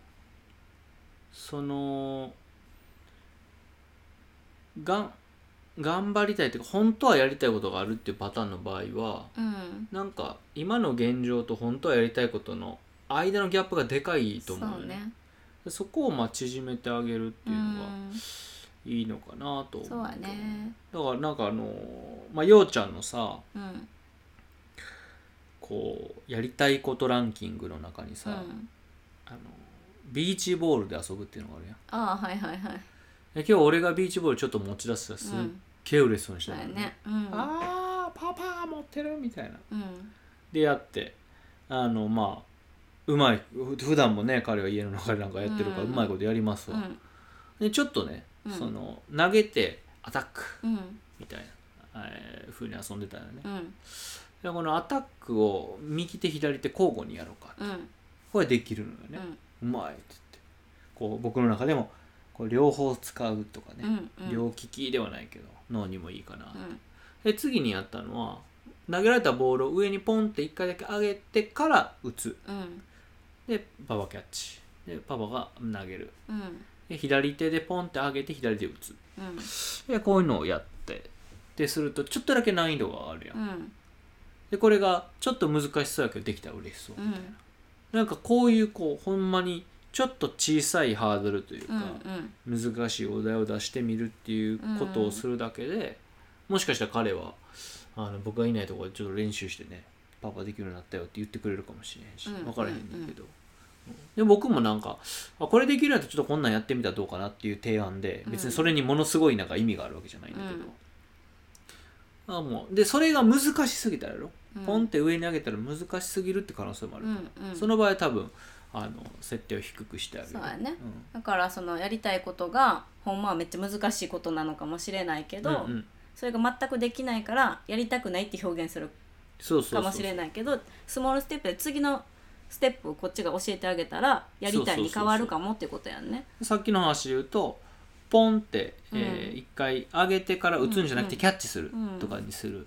Speaker 1: そのがん頑張りたいっていうか本当はやりたいことがあるっていうパターンの場合は
Speaker 2: うん
Speaker 1: なんか今の現状と本当はやりたいことの間のギャップがでかいと
Speaker 2: そう
Speaker 1: 思うよね
Speaker 2: ね
Speaker 1: でそこをまあ縮めてあげるっていうのが
Speaker 2: ん
Speaker 1: いいのかなと思うけ
Speaker 2: そ
Speaker 1: ど
Speaker 2: うやね
Speaker 1: だからなんかあのまあようちゃんのさ
Speaker 2: うん
Speaker 1: こうやりたいことランキングの中にさ、
Speaker 2: うん
Speaker 1: あのビーチボールで遊ぶっていうのがあるやん
Speaker 2: ああはいはいはい
Speaker 1: で今日俺がビーチボールちょっと持ち出したらすっ
Speaker 2: うん
Speaker 1: げえ嬉しそうにして
Speaker 2: そう
Speaker 1: たの
Speaker 2: やねうん
Speaker 1: あーパパ持ってるみたいな
Speaker 2: うん
Speaker 1: でやってあのまあうまいふ普段もね彼は家の中でなんかやってるから
Speaker 2: う
Speaker 1: うんまいことやります
Speaker 2: う
Speaker 1: わ、
Speaker 2: ん
Speaker 1: でちょっとね、
Speaker 2: うん
Speaker 1: その投げてアタック
Speaker 2: うん
Speaker 1: みたいな、えー、風に遊んでたよね、
Speaker 2: うん
Speaker 1: でこのアタックを右手左手交互にやろうか
Speaker 2: うん
Speaker 1: これできるのよね、
Speaker 2: うん
Speaker 1: うまいっつってこう僕の中でもこう両方使うとかね、
Speaker 2: うんうん
Speaker 1: 両利きではないけど脳にもいいかな、
Speaker 2: うん
Speaker 1: で次にやったのは投げられたボールを上にポンって1回だけ上げてから打つ
Speaker 2: うん
Speaker 1: でパパキャッチでパパが投げる
Speaker 2: うん
Speaker 1: で左手でポンって上げて左で打つ
Speaker 2: うん
Speaker 1: でこういうのをやってでするとちょっとだけ難易度があるやん、
Speaker 2: うん
Speaker 1: でこれがちょっと難しそうやけどできたら嬉しそう、
Speaker 2: うん
Speaker 1: なんかこういうこうほんまにちょっと小さいハードルというか、
Speaker 2: うん
Speaker 1: 難しいお題を出してみるっていうことをするだけで、もしかしたら彼はあの僕がいないところでちょっと練習してねパパできるようになったよって言ってくれるかもしれんし
Speaker 2: うん
Speaker 1: 分からへんねんけど、で僕もなんかあこれできるやつちょっとこんなんやってみたらどうかなっていう提案で
Speaker 2: うん
Speaker 1: 別にそれにものすごいなんか意味があるわけじゃないんだけど
Speaker 2: う、
Speaker 1: あもうでそれが難しすぎたらやろ、
Speaker 2: うん
Speaker 1: ポンって上に上げたら難しすぎるって可能性もある
Speaker 2: う
Speaker 1: から、
Speaker 2: んうん
Speaker 1: その場合多分あの設定を低くしてあげる
Speaker 2: そうやね
Speaker 1: うん
Speaker 2: だからそのやりたいことがほんまはめっちゃ難しいことなのかもしれないけど、
Speaker 1: うんうん
Speaker 2: それが全くできないからやりたくないって表現する
Speaker 1: そうそうそう
Speaker 2: かもしれないけどスモールステップで次のステップをこっちが教えてあげたらやりたいに変わるかもっていうことやんね。
Speaker 1: さっきの話で言うとポンって、えー
Speaker 2: うん
Speaker 1: 一回上げてから打つんじゃなくて
Speaker 2: うん
Speaker 1: キャッチする
Speaker 2: うん
Speaker 1: とかにする、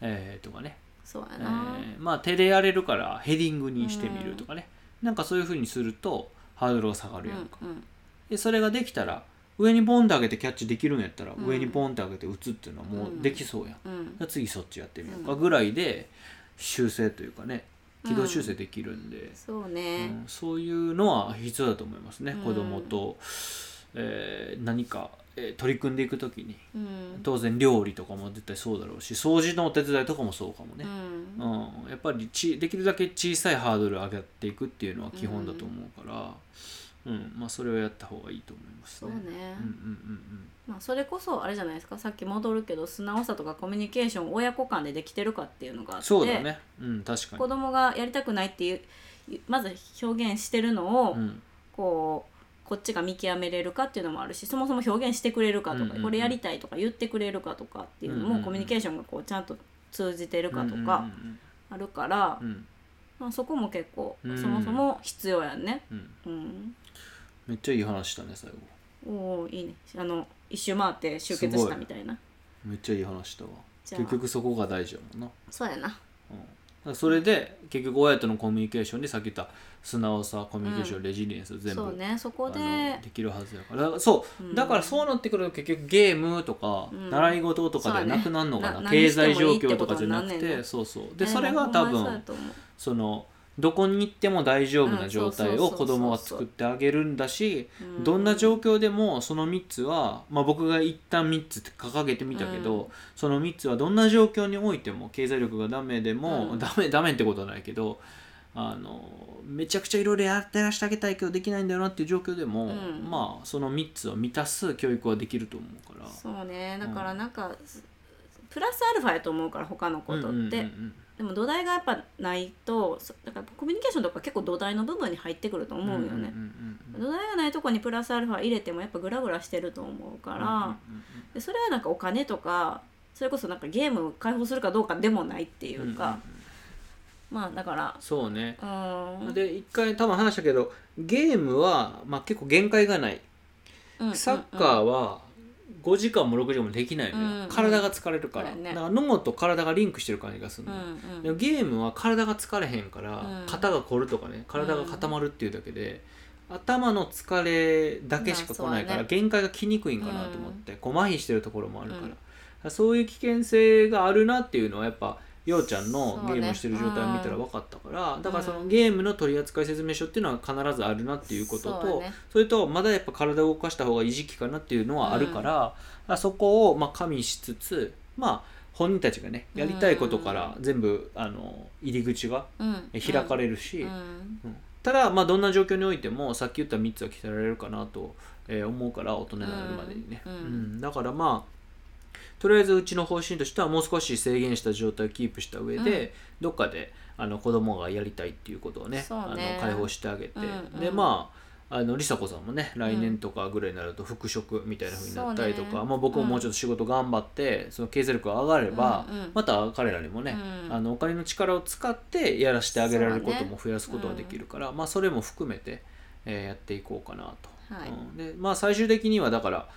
Speaker 1: えーとかね、
Speaker 2: そうや
Speaker 1: え
Speaker 2: な、
Speaker 1: ーまあ手でやれるからヘディングにしてみるとかね、なんかそういうふうにするとハードルが下がるやんか、
Speaker 2: うんうん
Speaker 1: でそれができたら上にポンって上げてキャッチできるんやったら、
Speaker 2: うん
Speaker 1: 上にポンって上げて打つっていうのはもうできそうやん、
Speaker 2: うん
Speaker 1: じゃあ次そっちやってみようか
Speaker 2: う
Speaker 1: ぐらいで修正というかね軌道修正できるんで、
Speaker 2: そう
Speaker 1: う
Speaker 2: ね
Speaker 1: ん、そういうのは必要だと思いますね、
Speaker 2: うん
Speaker 1: 子供と、えー何か、えー取り組んでいく時に
Speaker 2: うん
Speaker 1: 当然料理とかも絶対そうだろうし掃除のお手伝いとかもそうかも
Speaker 2: う
Speaker 1: ね、
Speaker 2: ん
Speaker 1: うんやっぱりちできるだけ小さいハードル上げていくっていうのは基本だと思うから、うんまあ、それをやった方がいいと思います
Speaker 2: そう
Speaker 1: ね。
Speaker 2: ね、
Speaker 1: うんうん
Speaker 2: まあ、それこそあれじゃないですかさっき戻るけど素直さとかコミュニケーション親子間でできてるかっていうのが
Speaker 1: う
Speaker 2: あっ
Speaker 1: ん、
Speaker 2: て
Speaker 1: そうだね、うん、確かに
Speaker 2: 子、供がやりたくないっていうまず表現してるのを、
Speaker 1: うん
Speaker 2: こうこっちが見極めれるかっていうのもあるしそもそも表現してくれるかとか、
Speaker 1: うんうんうん
Speaker 2: これやりたいとか言ってくれるかとかっていうのも、
Speaker 1: うんうんうん
Speaker 2: コミュニケーションがこうちゃんと通じてるかとか
Speaker 1: うん
Speaker 2: あるから、
Speaker 1: うんうん
Speaker 2: まあ、そこも結構
Speaker 1: うん
Speaker 2: そもそも必要やんね。
Speaker 1: うんうん
Speaker 2: うん、
Speaker 1: めっちゃいい話したね最後
Speaker 2: おーいいねあの一周回って集結したみたいな
Speaker 1: めっちゃいい話したわ
Speaker 2: じゃあ
Speaker 1: 結局そこが大事やもんな
Speaker 2: そうやな
Speaker 1: うんだからそれで結局親とのコミュニケーションでさっき言った素直さコミュニケーション、
Speaker 2: う
Speaker 1: レジリエンス全部
Speaker 2: そうねそこで
Speaker 1: あのできるはずだからだからそう、
Speaker 2: うん
Speaker 1: だからそうなってくると結局ゲームとか、
Speaker 2: うん
Speaker 1: 習い事とかではなくなるのかな
Speaker 2: そうだねな
Speaker 1: 経済状況とかじゃなく
Speaker 2: 何し
Speaker 1: て
Speaker 2: てもいいってことになんねんな
Speaker 1: そうそうで
Speaker 2: ね
Speaker 1: それが
Speaker 2: ほ
Speaker 1: 多
Speaker 2: んまにそうや
Speaker 1: 分
Speaker 2: と思う
Speaker 1: そのどこに行っても大丈夫
Speaker 2: う
Speaker 1: なん状態
Speaker 2: そ
Speaker 1: を
Speaker 2: うそうそうそう
Speaker 1: 子供は作ってあげるんだし、
Speaker 2: うん
Speaker 1: どんな状況でもその3つは、まあ、僕が一旦3つって掲げてみたけど、
Speaker 2: うん
Speaker 1: その3つはどんな状況においても経済力がダメでも、
Speaker 2: うん
Speaker 1: ダメダメってことはないけどあのめちゃくちゃいろいろやってらしてあげたいけどできないんだよなっていう状況でも、
Speaker 2: うん
Speaker 1: まあその3つを満たす教育はできると思うから。
Speaker 2: そうね
Speaker 1: う
Speaker 2: だ
Speaker 1: ん
Speaker 2: からなんか、プラスアルファやと思うから他のことって、
Speaker 1: うんうんうんうん
Speaker 2: でも土台がやっぱないとそだからコミュニケーションとか結構土台の部分に入ってくると思うよ
Speaker 1: ん
Speaker 2: ね、
Speaker 1: んんうん
Speaker 2: 土台がないとこにプラスアルファ入れてもやっぱグラグラしてると思うから、でそれはなんかお金とかそれこそなんかゲームを開放するかどうかでもないってい
Speaker 1: うんうんうん
Speaker 2: うか、まあだから
Speaker 1: そうね、
Speaker 2: うーん
Speaker 1: で一回多分話したけどゲームは、まあ、結構限界がない
Speaker 2: うん
Speaker 1: サッカーは5時間も6時間もできないのよ、
Speaker 2: うんうん
Speaker 1: 体が疲れるから、
Speaker 2: そうや
Speaker 1: だ
Speaker 2: ね
Speaker 1: から脳と体がリンクしてる感じがする
Speaker 2: う
Speaker 1: のよ、
Speaker 2: んうん
Speaker 1: でもゲームは体が疲れへんから、
Speaker 2: うん
Speaker 1: 肩が凝るとかね体が固まるっていうだけで、頭の疲れだけしか来ないから、
Speaker 2: まあそうやね
Speaker 1: 限界が来にくいんかなと思って、こう麻痺してるところもあるから,、そういう危険性があるなっていうのはやっぱようちゃんの
Speaker 2: そう
Speaker 1: ゲ
Speaker 2: ね
Speaker 1: ームしてる状態を見たら分かったから、だからその
Speaker 2: うん
Speaker 1: ゲームの取扱説明書っていうのは必ずあるなっていうことと、
Speaker 2: そうね
Speaker 1: それとまだやっぱ体を動かした方がいい時期かなっていうのはあるから、あそこをまあ加味しつつまあ本人たちがねやりたいことから全部、あの入り口が
Speaker 2: うん
Speaker 1: え開かれるし、
Speaker 2: うん
Speaker 1: うんただまあどんな状況においてもさっき言った3つは鍛えられるかなと、えー思うから大人になるまでにね、
Speaker 2: うんうん
Speaker 1: だからまあとりあえずうちの方針としてはもう少し制限した状態をキープした上で、どっかであの子供がやりたいっていうことをね
Speaker 2: そう
Speaker 1: あ
Speaker 2: ね
Speaker 1: の解放してあげて、
Speaker 2: うんうん
Speaker 1: でまああの梨紗子さんもね来年とかぐらいになると復職みたいな風になったりと
Speaker 2: そう
Speaker 1: か、
Speaker 2: ね
Speaker 1: まあ、僕ももうちょっと仕事頑張って、その経済力が上がれば、
Speaker 2: うんうん
Speaker 1: また彼らにもね、
Speaker 2: うん
Speaker 1: あのお金の力を使ってやらせてあげられることも増やすことができるから、まあそれも含めて、えーやっていこうかなと、
Speaker 2: はい
Speaker 1: うんでまあ最終的にはだから、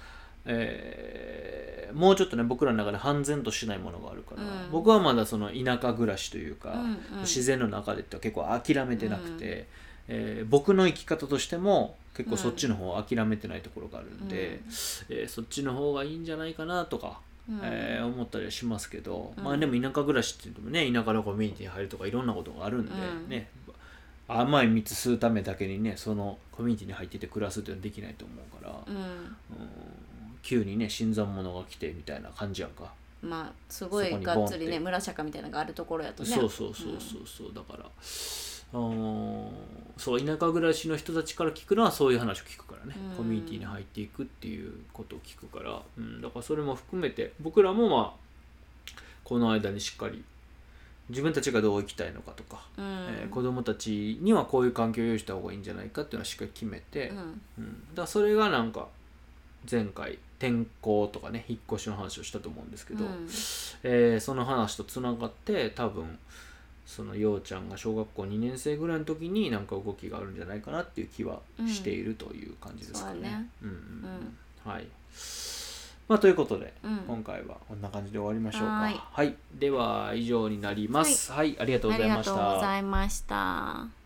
Speaker 1: えーもうちょっとね僕らの中で半然としないものがあるから、
Speaker 2: うん
Speaker 1: 僕はまだその田舎暮らしというか、
Speaker 2: うんうん
Speaker 1: 自然の中でって結構諦めてなくて、えー僕の生き方としても結構そっちの方を諦めてないところがあるんで、
Speaker 2: うん
Speaker 1: えーそっちの方がいいんじゃないかなとか、
Speaker 2: うん
Speaker 1: えー思ったりはしますけど、
Speaker 2: うん
Speaker 1: まあでも田舎暮らしっていうのもね田舎のコミュニティに入るとかいろんなことがあるんで、
Speaker 2: うん
Speaker 1: ね甘い蜜吸うためだけにねそのコミュニティに入ってて暮らすっていうのはできないと思うから、
Speaker 2: うん
Speaker 1: うん急にね新参者が来てみたいな感じやんか、
Speaker 2: まあすご
Speaker 1: そこ
Speaker 2: い
Speaker 1: に
Speaker 2: がっつり
Speaker 1: ボンっ
Speaker 2: ね
Speaker 1: て
Speaker 2: 村社会みたいなのがあるところやとね
Speaker 1: そうそうそうそうそう、だからあーそう田舎暮らしの人たちから聞くのはそういう話を聞くからね、
Speaker 2: うん
Speaker 1: コミュニティに入っていくっていうことを聞くから、うん、だからそれも含めて僕らもまあこの間にしっかり自分たちがどう生きたいのかとか、
Speaker 2: うん、
Speaker 1: えー子供たちにはこういう環境を用意した方がいいんじゃないかっていうのはしっかり決めて、
Speaker 2: うん
Speaker 1: うん、だからそれがなんか前回転校とかね引っ越しの話をしたと思うんですけど、
Speaker 2: うん
Speaker 1: えーその話とつながって多分そのようちゃんが小学校2年生ぐらいの時になんか動きがあるんじゃないかなっていう気はしているという感じですか
Speaker 2: うんそうだ
Speaker 1: ね
Speaker 2: ね。
Speaker 1: うんうん
Speaker 2: うん
Speaker 1: うんはいまあ、ということで、
Speaker 2: うん
Speaker 1: 今回はこんな感じで終わりましょうか。
Speaker 2: は
Speaker 1: はい
Speaker 2: ーい
Speaker 1: では以上になります。はい、ありがとうご
Speaker 2: あ
Speaker 1: ざい
Speaker 2: りが
Speaker 1: まし
Speaker 2: とうご
Speaker 1: た。
Speaker 2: ざいました。